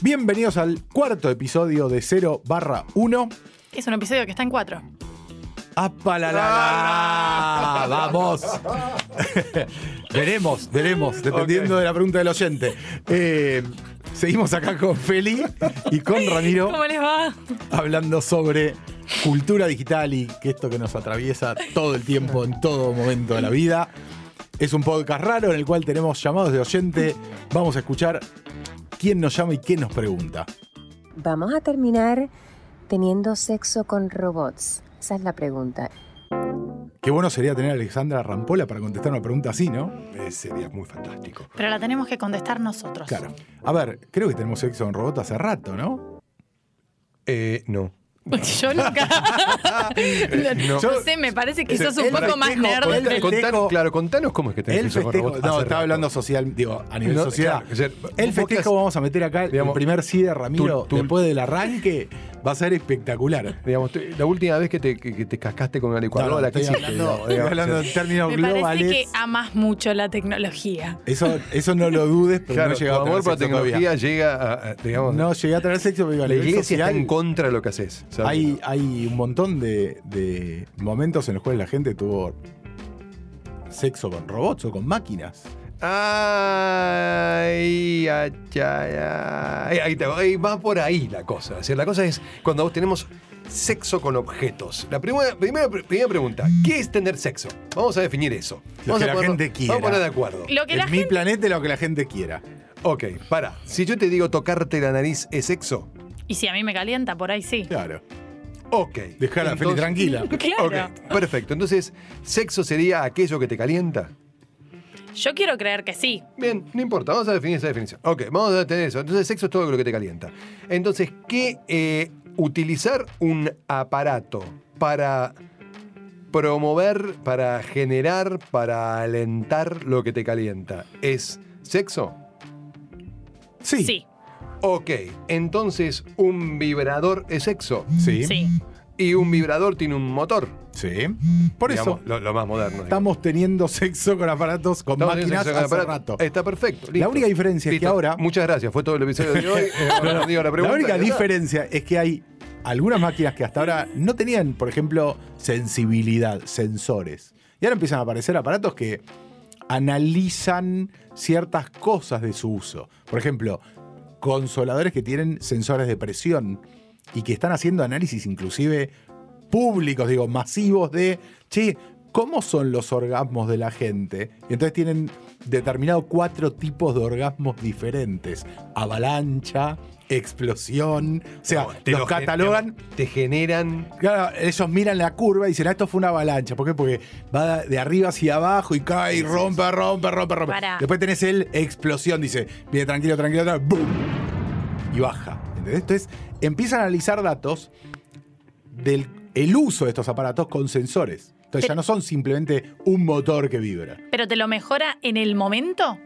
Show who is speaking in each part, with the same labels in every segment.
Speaker 1: Bienvenidos al cuarto episodio de 0 barra 1.
Speaker 2: Es un episodio que está en cuatro.
Speaker 1: ¡Apa la la la! ¡Vamos! veremos, veremos, dependiendo
Speaker 3: Ok.
Speaker 1: de la pregunta del oyente. Eh, seguimos acá con Feli y con Ramiro
Speaker 2: ¿Cómo les va?
Speaker 1: hablando sobre cultura digital y que esto que nos atraviesa todo el tiempo, en todo momento de la vida. Es un podcast raro en el cual tenemos llamados de oyente. Vamos a escuchar quién nos llama y qué nos pregunta.
Speaker 4: ¿Vamos a terminar teniendo sexo con robots? Esa es la pregunta.
Speaker 1: Qué bueno sería tener a Alexandra Rampola para contestar una pregunta así, ¿no?
Speaker 3: Eh, sería muy fantástico.
Speaker 2: Pero la tenemos que contestar nosotros.
Speaker 1: Claro. A ver, creo que tenemos sexo con robot hace rato, ¿no?
Speaker 3: Eh, no.
Speaker 2: Porque yo nunca. no, no
Speaker 1: Yo-
Speaker 2: sé, me parece que
Speaker 1: Ese-
Speaker 2: sos un
Speaker 1: el
Speaker 2: poco más
Speaker 1: festejo,
Speaker 2: nerd.
Speaker 1: el
Speaker 2: del-
Speaker 1: festejo-
Speaker 3: Contanos, claro, contanos cómo es que tenés
Speaker 1: El
Speaker 3: sexo con
Speaker 1: festejo.
Speaker 3: robots hace
Speaker 1: No,
Speaker 3: rato.
Speaker 1: estaba hablando social, digo, a nivel
Speaker 3: No,
Speaker 1: sociedad.
Speaker 3: claro, o sea,
Speaker 1: el
Speaker 3: un podcast-
Speaker 1: festejo vamos a meter acá,
Speaker 3: Digamos,
Speaker 1: el primer sí de Ramiro,
Speaker 3: tul- tul-
Speaker 1: después del arranque, va a ser espectacular.
Speaker 3: Digamos, te- la última vez que te, que- que te cascaste con
Speaker 1: No,
Speaker 3: una
Speaker 1: no,
Speaker 3: licuadora,
Speaker 1: estoy
Speaker 3: ¿qué hiciste?
Speaker 1: hablando,
Speaker 3: Digamos,
Speaker 1: estoy
Speaker 3: digamos,
Speaker 1: hablando
Speaker 3: o sea,
Speaker 1: en términos
Speaker 2: Me parece
Speaker 1: globales.
Speaker 2: que amas mucho la tecnología.
Speaker 1: Eso, eso no lo dudes, pero
Speaker 3: Claro,
Speaker 1: no llega a
Speaker 3: tu
Speaker 1: tener
Speaker 3: amor por
Speaker 1: sexo
Speaker 3: la tecnología
Speaker 1: todavía.
Speaker 3: llega a, a- digamos,
Speaker 1: No llegué a tener sexo, pero digo, a
Speaker 3: la
Speaker 1: nivel
Speaker 3: iglesia
Speaker 1: social,
Speaker 3: está en contra de lo que haces. ¿sabes?
Speaker 1: Hay, hay un montón de, de momentos en los cuales la gente tuvo sexo con robots o con máquinas.
Speaker 3: Ay, ay, ay, ay, ahí te- ahí va por ahí la cosa. O sea, la cosa es cuando vos tenemos sexo con objetos. La primera, primera, primera pregunta, ¿qué es tener sexo? Vamos a definir eso.
Speaker 1: Lo
Speaker 3: vamos
Speaker 1: que
Speaker 3: a
Speaker 1: la gente quiera.
Speaker 3: Vamos a poner de acuerdo.
Speaker 2: Lo que
Speaker 1: en
Speaker 2: la
Speaker 1: mi
Speaker 2: gente.
Speaker 1: planeta lo que la gente quiera.
Speaker 3: Ok, para. Si yo te digo tocarte la nariz es sexo,
Speaker 2: Y si a mí me calienta, por ahí sí.
Speaker 1: Claro.
Speaker 3: ok.
Speaker 1: Dejar a Feli
Speaker 3: Entonces-
Speaker 1: tranquila.
Speaker 2: Claro.
Speaker 3: Ok, perfecto. Entonces, ¿sexo sería aquello que te calienta?
Speaker 2: Yo quiero creer que sí.
Speaker 3: Bien, no importa, vamos a definir esa definición. Ok, vamos a tener eso. Entonces, sexo es todo lo que te calienta. Entonces, ¿qué eh, utilizar un aparato para promover, para generar, para alentar lo que te calienta? ¿Es sexo?
Speaker 1: Sí.
Speaker 2: Sí.
Speaker 3: Ok, entonces un vibrador es sexo
Speaker 1: Sí.
Speaker 2: Sí.
Speaker 3: y un vibrador tiene un motor.
Speaker 1: Sí. Por
Speaker 3: digamos,
Speaker 1: eso
Speaker 3: lo, lo más moderno. digamos.
Speaker 1: estamos teniendo sexo con aparatos, con
Speaker 3: Estamos teniendo
Speaker 1: máquinas
Speaker 3: sexo con Eh,
Speaker 1: hace
Speaker 3: aparato.
Speaker 1: rato.
Speaker 3: Está perfecto.
Speaker 1: La
Speaker 3: listo.
Speaker 1: única diferencia es que
Speaker 3: Listo.
Speaker 1: ahora.
Speaker 3: Muchas gracias, fue todo el episodio de hoy. Eh, ahora digo la,
Speaker 1: La
Speaker 3: pregunta,
Speaker 1: única
Speaker 3: ya está.
Speaker 1: diferencia es que hay algunas máquinas que hasta ahora no tenían, por ejemplo, sensibilidad, sensores. Y ahora empiezan a aparecer aparatos que analizan ciertas cosas de su uso. Por ejemplo, consoladores que tienen sensores de presión y que están haciendo análisis inclusive públicos, digo, masivos de, che, ¿cómo son los orgasmos de la gente? Y entonces tienen determinado cuatro tipos de orgasmos diferentes. Avalancha, explosión, o sea,
Speaker 3: No, te
Speaker 1: los
Speaker 3: lo gen-
Speaker 1: catalogan.
Speaker 3: digamos, Te generan.
Speaker 1: Claro, ellos miran la curva y dicen, ah, esto fue una avalancha. ¿Por qué? Porque va de arriba hacia abajo y cae y rompe, rompe, rompe, rompe.
Speaker 2: Pará.
Speaker 1: Después tenés el explosión, dice, viene tranquilo, tranquilo, tranquilo, ¡boom! Y baja. ¿Entendés? Entonces empiezan a analizar datos del el uso de estos aparatos con sensores. Entonces
Speaker 2: Pero-
Speaker 1: ya no son simplemente un motor que vibra.
Speaker 2: Pero te lo mejora en el momento.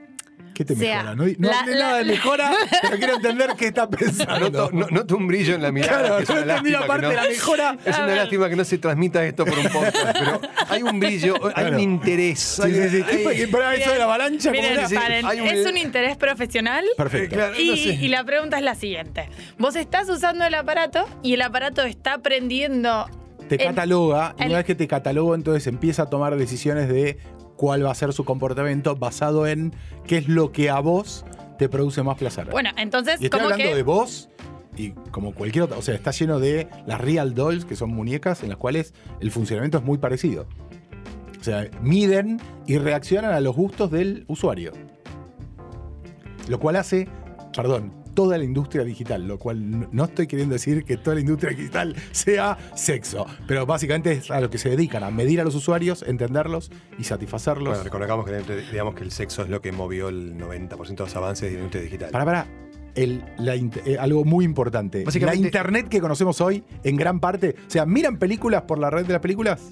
Speaker 1: ¿Qué te
Speaker 2: O
Speaker 1: mejora?
Speaker 2: sea,
Speaker 1: No, no
Speaker 2: la-
Speaker 1: hablé
Speaker 2: la-
Speaker 1: nada de
Speaker 2: la-
Speaker 1: mejora, pero quiero entender qué está pensando.
Speaker 3: Noto, no- noto un brillo en la mirada.
Speaker 1: Ah, Claro,
Speaker 3: que es
Speaker 1: no
Speaker 3: una
Speaker 1: entendí la
Speaker 3: lástima
Speaker 1: parte
Speaker 3: que
Speaker 1: de
Speaker 3: no-
Speaker 1: la mejora.
Speaker 3: Es
Speaker 2: A
Speaker 3: una
Speaker 2: ver.
Speaker 3: lástima que no se transmita esto por un podcast, pero hay un brillo, hay
Speaker 1: Claro.
Speaker 3: un interés.
Speaker 1: Sí,
Speaker 3: hay-
Speaker 1: sí, sí.
Speaker 3: hay-
Speaker 1: ¿Qué- para eso de la avalancha? ¿Cómo
Speaker 2: Miren,
Speaker 1: era?
Speaker 3: Sí, sí.
Speaker 2: paren.
Speaker 3: Hay un-
Speaker 2: Es un interés profesional.
Speaker 1: Perfecto.
Speaker 3: Claro,
Speaker 2: Y,
Speaker 3: no sé.
Speaker 2: y la pregunta es la siguiente. Vos estás usando el aparato y el aparato está aprendiendo.
Speaker 1: Te
Speaker 2: en-
Speaker 1: cataloga, y
Speaker 2: el-
Speaker 1: una vez que te cataloga, entonces empieza a tomar decisiones de cuál va a ser su comportamiento basado en qué es lo que a vos te produce más placer.
Speaker 2: Bueno, entonces,
Speaker 1: y estoy
Speaker 2: como
Speaker 1: hablando
Speaker 2: que.
Speaker 1: de vos y como cualquier otra. O sea, está lleno de las Real Dolls, que son muñecas en las cuales el funcionamiento es muy parecido. O sea, miden y reaccionan a los gustos del usuario. Lo cual hace, perdón, toda la industria digital. Lo cual n- no estoy queriendo decir que toda la industria digital sea sexo. Pero básicamente es a lo que se dedican, a medir a los usuarios, entenderlos y satisfacerlos.
Speaker 3: Bueno, reconozcamos que, digamos, que el sexo es lo que movió el 90% de los avances de la industria digital.
Speaker 1: Para, para. El, la int- eh, algo muy importante. La
Speaker 3: Básicamente-
Speaker 1: internet que conocemos hoy, en gran parte. O sea, ¿miran películas por la red de las películas?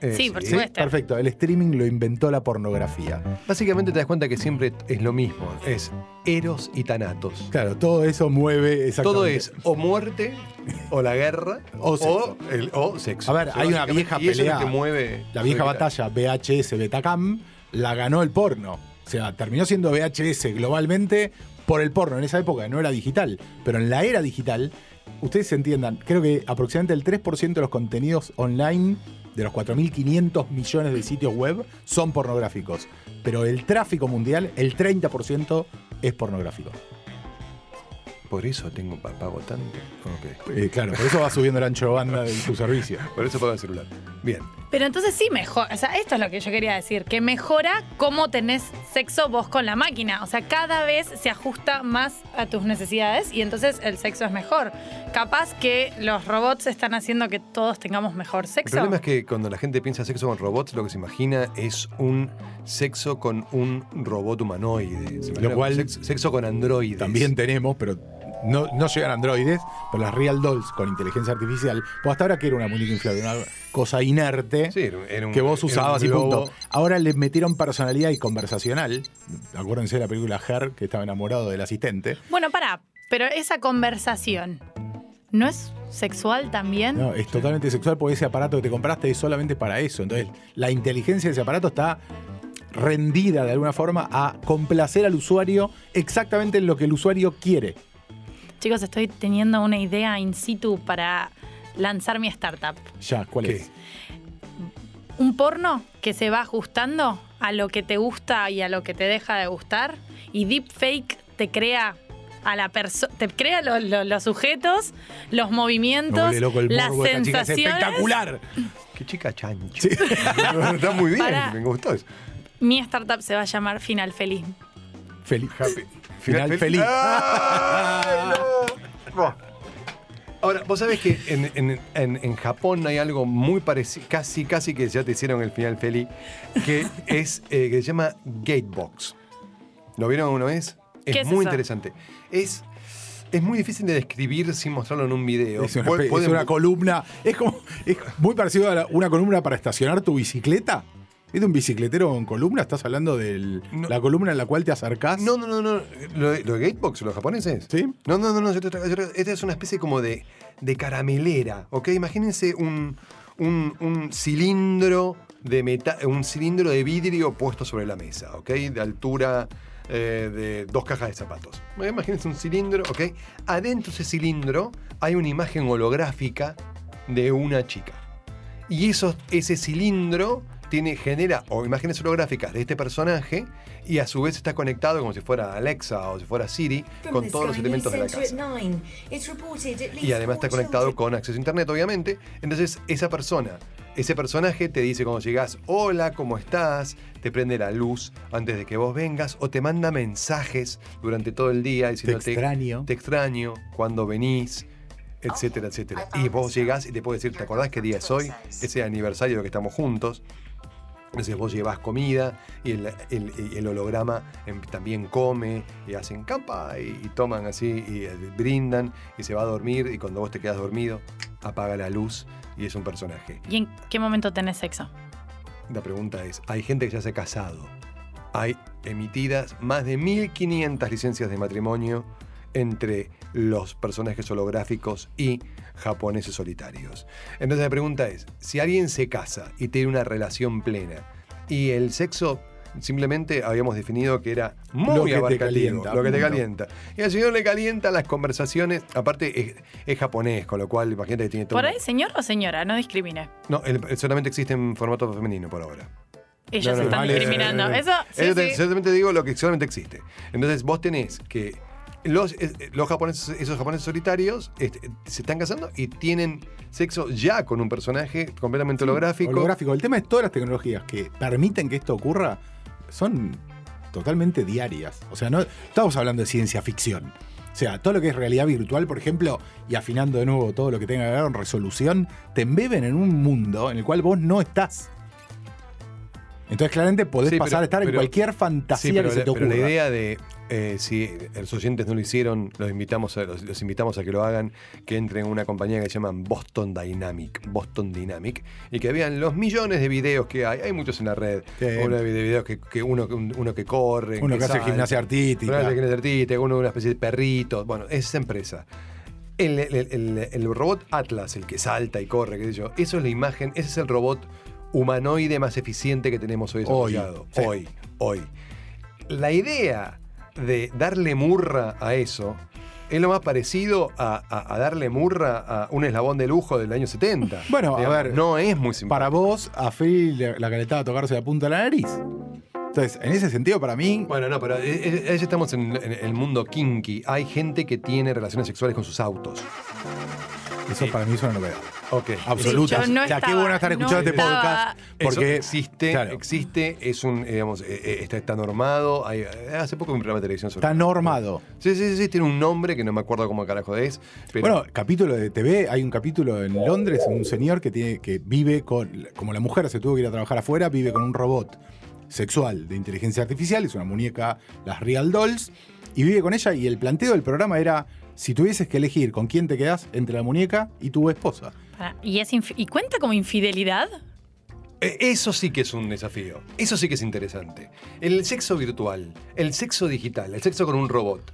Speaker 3: Eh,
Speaker 2: Sí, por supuesto. Está.
Speaker 1: Perfecto. El streaming lo inventó la pornografía.
Speaker 3: Básicamente te das cuenta que siempre es lo mismo, es eros y tanatos.
Speaker 1: Claro, todo eso mueve exactamente.
Speaker 3: Todo es o muerte, o la guerra,
Speaker 1: O
Speaker 3: o
Speaker 1: sexo.
Speaker 3: sexo. el, o sexo.
Speaker 1: A ver,
Speaker 3: O sea,
Speaker 1: hay una
Speaker 3: básicamente,
Speaker 1: vieja
Speaker 3: y eso es lo
Speaker 1: pelea.
Speaker 3: que mueve
Speaker 1: La vieja
Speaker 3: lo que-
Speaker 1: batalla VHS Betacam la ganó el porno. O sea, terminó siendo VHS globalmente por el porno. En esa época no era digital, pero en la era digital, ustedes entiendan, creo que aproximadamente el 3% de los contenidos online de los 4.500 millones de sitios web son pornográficos. Pero el tráfico mundial, el 30% es pornográfico.
Speaker 3: Por eso tengo pa- pago tanto. Ok.
Speaker 1: Eh, claro, por eso va subiendo el ancho de banda de tu servicio.
Speaker 3: Por eso pago el celular. Bien.
Speaker 2: Pero entonces sí mejora, o sea, esto es lo que yo quería decir, que mejora cómo tenés sexo vos con la máquina. O sea, cada vez se ajusta más a tus necesidades y entonces el sexo es mejor. Capaz que los robots están haciendo que todos tengamos mejor
Speaker 3: El
Speaker 2: sexo.
Speaker 3: problema es que cuando la gente piensa sexo con robots, lo que se imagina es un sexo con un robot humanoide. Se imagina
Speaker 1: cual-
Speaker 3: sexo, sexo con androides.
Speaker 1: También tenemos, pero no, no llegan androides, pero las Real Dolls con inteligencia artificial. Pues hasta ahora que era una muñeca inflable, una cosa inerte.
Speaker 3: Sí, era un- era un-
Speaker 1: que vos
Speaker 3: era un
Speaker 1: usabas y
Speaker 3: globo.
Speaker 1: punto. Ahora le metieron personalidad y conversacional. Acuérdense de la película Her, que estaba enamorado del asistente.
Speaker 2: Bueno, pará, pero esa conversación, ¿no es sexual también?
Speaker 1: No, es totalmente sexual porque ese aparato que te compraste es solamente para eso. Entonces, la inteligencia de ese aparato está rendida de alguna forma a complacer al usuario exactamente en lo que el usuario quiere.
Speaker 2: Chicos, estoy teniendo una idea in situ para lanzar mi startup.
Speaker 1: Ya, ¿cuál
Speaker 3: ¿Qué?
Speaker 1: es?
Speaker 2: Un porno que se va ajustando a lo que te gusta y a lo que te deja de gustar. Y deepfake te crea a la persona, te crea lo- lo- los sujetos, los
Speaker 1: Me
Speaker 2: movimientos,
Speaker 1: vuelve loco el
Speaker 2: las
Speaker 1: morbo de esta chica, es
Speaker 2: sensaciones.
Speaker 1: espectacular.
Speaker 3: Qué chica chancho. Está muy bien.
Speaker 2: Pará.
Speaker 3: Me gustó eso.
Speaker 2: Mi startup se va a llamar Final Feliz.
Speaker 1: Feliz. Final
Speaker 3: fel-
Speaker 1: feliz.
Speaker 3: ¡Ay, no! Buah. Ahora, vos sabés que en, en- en- en Japón hay algo muy parecido, casi, casi que ya te hicieron el final feliz, que es eh, que se llama Gatebox. ¿Lo vieron alguna vez? Es
Speaker 2: ¿Qué es
Speaker 3: muy
Speaker 2: eso?
Speaker 3: interesante. Es, es muy difícil de describir sin mostrarlo en un video.
Speaker 1: Es una,
Speaker 3: Pu-
Speaker 1: pe- es
Speaker 3: pueden-
Speaker 1: una columna. Es como. Es muy parecido a la- una columna para estacionar tu bicicleta. ¿Es de un bicicletero con columna? ¿Estás hablando de
Speaker 3: No.
Speaker 1: la columna en la cual te acercás?
Speaker 3: No, no, no, no. Lo, de- lo de Gatebox, los japoneses.
Speaker 1: Sí.
Speaker 3: No, no, no, no. yo te tra- yo te- Esta es una especie como de, de caramelera, ¿ok? Imagínense un, un, un cilindro de meta, un cilindro de vidrio puesto sobre la mesa, ¿ok? De altura eh, de dos cajas de zapatos. Bueno, Imagínense un cilindro, ¿ok? Adentro de ese cilindro hay una imagen holográfica de una chica. Y eso, ese cilindro tiene, genera o imágenes holográficas de este personaje y a su vez está conectado como si fuera Alexa o si fuera Siri con todos los elementos de la casa. Y además está conectado con acceso a internet, obviamente. Entonces, esa persona, ese personaje te dice cuando llegas, hola, ¿cómo estás? Te prende la luz antes de que vos vengas o te manda mensajes durante todo el día
Speaker 1: Te
Speaker 3: diciéndote,
Speaker 1: extraño.
Speaker 3: te extraño, cuando venís, etcétera, etcétera. Y vos llegás y te puedo decir, ¿te acordás qué día es hoy? Ese aniversario de que estamos juntos. Entonces vos llevas comida y el, el- el holograma em, también come y hacen campa y, y toman así y eh, brindan y se va a dormir y cuando vos te quedas dormido apaga la luz y es un personaje.
Speaker 2: ¿Y en qué momento tenés sexo?
Speaker 3: La pregunta es, hay gente que ya se ha casado. Hay emitidas más de 1500 licencias de matrimonio entre los personajes holográficos y japoneses solitarios. Entonces la pregunta es, si alguien se casa y tiene una relación plena y el sexo simplemente habíamos definido que era muy
Speaker 1: Lo que te
Speaker 3: abarcativo,
Speaker 1: calienta,
Speaker 3: lo que te
Speaker 1: punto.
Speaker 3: calienta. Y al señor le calienta las conversaciones, aparte es, es japonés, con lo cual imagínate que tiene todo...
Speaker 2: ¿Por
Speaker 3: una-
Speaker 2: ahí, señor o señora? No discrimine.
Speaker 3: No, el- solamente existe en formato femenino por ahora.
Speaker 2: Ellos
Speaker 3: No, no,
Speaker 2: están
Speaker 1: vale, eh,
Speaker 2: discriminando.
Speaker 1: no, no, no.
Speaker 2: Eso, sí,
Speaker 3: Eso te-
Speaker 2: sí.
Speaker 3: solamente digo lo que solamente existe. Entonces vos tenés que los, eh, eh, los japoneses, esos japoneses solitarios este, se están casando y tienen sexo ya con un personaje completamente holográfico.
Speaker 1: Holográfico. El tema es todas las tecnologías que permiten que esto ocurra son totalmente diarias. O sea, no estamos hablando de ciencia ficción. O sea, todo lo que es realidad virtual, por ejemplo, y afinando de nuevo todo lo que tenga que ver con resolución, te embeben en un mundo en el cual vos no estás. Entonces, claramente podés
Speaker 3: Sí, pero-
Speaker 1: pasar a estar en
Speaker 3: pero-
Speaker 1: cualquier
Speaker 3: Sí,
Speaker 1: fantasía
Speaker 3: pero,
Speaker 1: que se
Speaker 3: la,
Speaker 1: te
Speaker 3: pero
Speaker 1: ocurra.
Speaker 3: la idea de eh, si los oyentes no lo hicieron, los invitamos a, los, los invitamos a que lo hagan, que entren en una compañía que se llama Boston Dynamic, Boston Dynamic, y que vean los millones de videos que hay. Hay muchos en la red.
Speaker 1: Sí.
Speaker 3: Uno de videos que, que uno, un- uno que corre,
Speaker 1: Uno que hace
Speaker 3: salta.
Speaker 1: gimnasia artística.
Speaker 3: Uno que hace artista, uno una especie de perrito. Bueno, es esa empresa. El, el- el- el robot Atlas, el que salta y corre, qué sé yo, eso es la imagen, ese es el robot humanoide más eficiente que tenemos hoy
Speaker 1: Hoy,
Speaker 3: desarrollado.
Speaker 1: sí.
Speaker 3: hoy. hoy. La idea de darle murra a eso es lo más parecido a, a- a darle murra a un eslabón de lujo del año 70.
Speaker 1: Bueno, a
Speaker 3: Digamos,
Speaker 1: ver,
Speaker 3: No es muy simpático.
Speaker 1: Para vos, a Phil le- la calentada tocarse la punta de la nariz. Entonces, en ese sentido, para mí,
Speaker 3: Bueno, no, pero eh, eh, ahí estamos en, en el mundo kinky. Hay gente que tiene relaciones sexuales con sus autos.
Speaker 1: eso para mí es una novedad.
Speaker 3: Ok.
Speaker 1: Absoluta.
Speaker 2: Sí, yo no
Speaker 1: O sea, qué
Speaker 2: estaba-
Speaker 1: bueno estar escuchando
Speaker 2: no
Speaker 1: este
Speaker 2: estaba-
Speaker 1: podcast. Porque
Speaker 3: Eso existe,
Speaker 1: claro,
Speaker 3: existe, es un, eh, digamos, eh, eh, está, está normado. Hay- eh, hace poco vi un programa de televisión sobre.
Speaker 1: está normado.
Speaker 3: Sí, sí, sí, sí, tiene un nombre que no me acuerdo cómo carajo es. Pero,
Speaker 1: Bueno, capítulo de TV, hay un capítulo en Londres, un señor que tiene que vive con como la mujer se tuvo que ir a trabajar afuera, vive con un robot sexual de inteligencia artificial, es una muñeca, las Real Dolls, y vive con ella y el planteo del programa era si tuvieses que elegir con quién te quedás entre la muñeca y tu esposa.
Speaker 2: Pará, ¿Y, es inf- ¿Y cuenta como infidelidad?
Speaker 3: eh, eso sí que es un desafío. Eso sí que es interesante. El sexo virtual, el sexo digital, el sexo con un robot,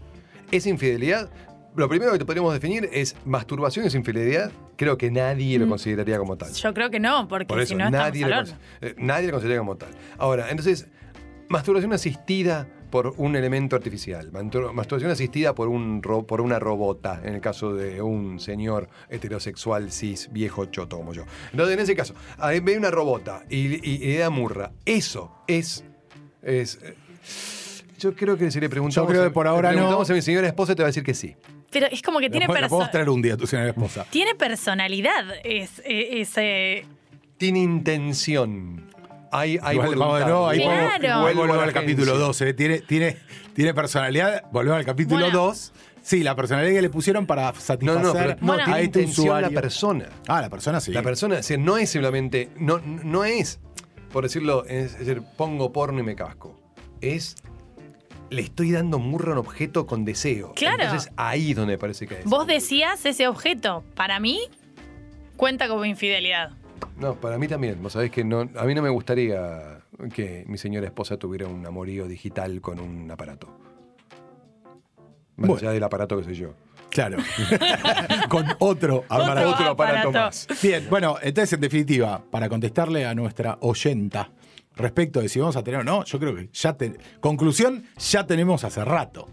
Speaker 3: ¿es infidelidad? Lo primero que te podríamos definir es masturbación es infidelidad. Creo que nadie lo consideraría como tal.
Speaker 2: Yo creo que no, porque
Speaker 3: Por eso,
Speaker 2: si no estamos
Speaker 3: nadie,
Speaker 2: al
Speaker 3: lo
Speaker 2: horno.
Speaker 3: cons- eh, nadie lo considera como tal. Ahora, entonces, masturbación asistida por un elemento artificial, mantru- masturbación asistida por, un ro- por una robota, en el caso de un señor heterosexual, cis, viejo, choto como yo. Entonces, en ese caso, ahí ve una robota y, y- y le da murra. Eso es... es eh, yo creo que si le preguntamos,
Speaker 1: creo que
Speaker 3: a-
Speaker 1: por
Speaker 3: le
Speaker 1: ahora no.
Speaker 3: preguntamos a mi señora esposa, te va a decir que sí.
Speaker 2: Pero es como que
Speaker 1: La,
Speaker 2: tiene,
Speaker 1: po- la
Speaker 2: perso-
Speaker 1: podemos traer un día a tu señora esposa.
Speaker 2: tiene personalidad es, e- ese...
Speaker 3: Tiene intención. Hay, hay
Speaker 1: Igual, vamos de
Speaker 3: voluntad.
Speaker 1: nuevo, ahí
Speaker 2: Claro.
Speaker 1: vuelvo-
Speaker 2: Vuelvo
Speaker 1: vuelvo
Speaker 3: a la
Speaker 1: al capítulo
Speaker 3: agencia.
Speaker 1: 2. Tiene, tiene, tiene personalidad. Volvemos al capítulo
Speaker 2: Bueno.
Speaker 1: 2. Sí, la personalidad que le pusieron para
Speaker 3: No,
Speaker 1: satisfacer
Speaker 3: no, pero no,
Speaker 2: Bueno.
Speaker 3: tiene
Speaker 1: a este
Speaker 3: intención
Speaker 1: usuario.
Speaker 3: la persona.
Speaker 1: ah, la persona sí.
Speaker 3: La persona, o sea, no es simplemente, no, no es, por decirlo, es, es decir, pongo porno y me casco. Es, le estoy dando murra a un objeto con deseo.
Speaker 2: Claro.
Speaker 3: Entonces ahí es donde me parece que es.
Speaker 2: Vos decías ese objeto. Para mí, cuenta como infidelidad.
Speaker 3: No, para mí también. Vos sabés que no, a mí no me gustaría que mi señora esposa tuviera un amorío digital con un aparato. Más
Speaker 1: Bueno.
Speaker 3: allá del aparato que soy yo.
Speaker 1: Claro. Con otro aparato.
Speaker 2: Otro aparato.
Speaker 3: más.
Speaker 1: Bien, bueno, entonces en definitiva, para contestarle a nuestra oyenta respecto de si vamos a tener o no, yo creo que ya te- conclusión, ya tenemos hace rato.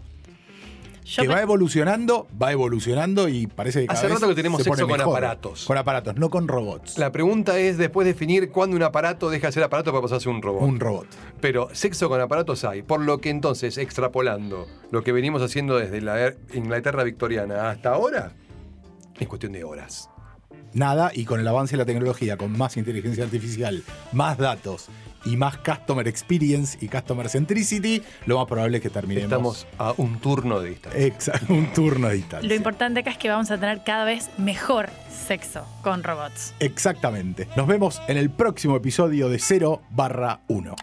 Speaker 2: Yo
Speaker 1: que
Speaker 2: pe-
Speaker 1: va evolucionando, va evolucionando y parece que cada
Speaker 3: Hace
Speaker 1: vez
Speaker 3: rato que tenemos
Speaker 1: se pone
Speaker 3: sexo con
Speaker 1: mejor.
Speaker 3: aparatos.
Speaker 1: Con aparatos, no con robots.
Speaker 3: La pregunta es después definir cuándo un aparato deja de ser aparato para pasarse a un robot.
Speaker 1: Un robot.
Speaker 3: Pero sexo con aparatos hay, por lo que entonces, extrapolando lo que venimos haciendo desde la er- Inglaterra victoriana hasta ahora, es cuestión de horas.
Speaker 1: Nada, y con el avance de la tecnología, con más inteligencia artificial, más datos y más customer experience y customer centricity, lo más probable es que terminemos.
Speaker 3: Estamos a un turno de distancia.
Speaker 1: Exa- un turno de distancia.
Speaker 2: Lo importante acá es que vamos a tener cada vez mejor sexo con robots.
Speaker 1: Exactamente. Nos vemos en el próximo episodio de 0 barra 1.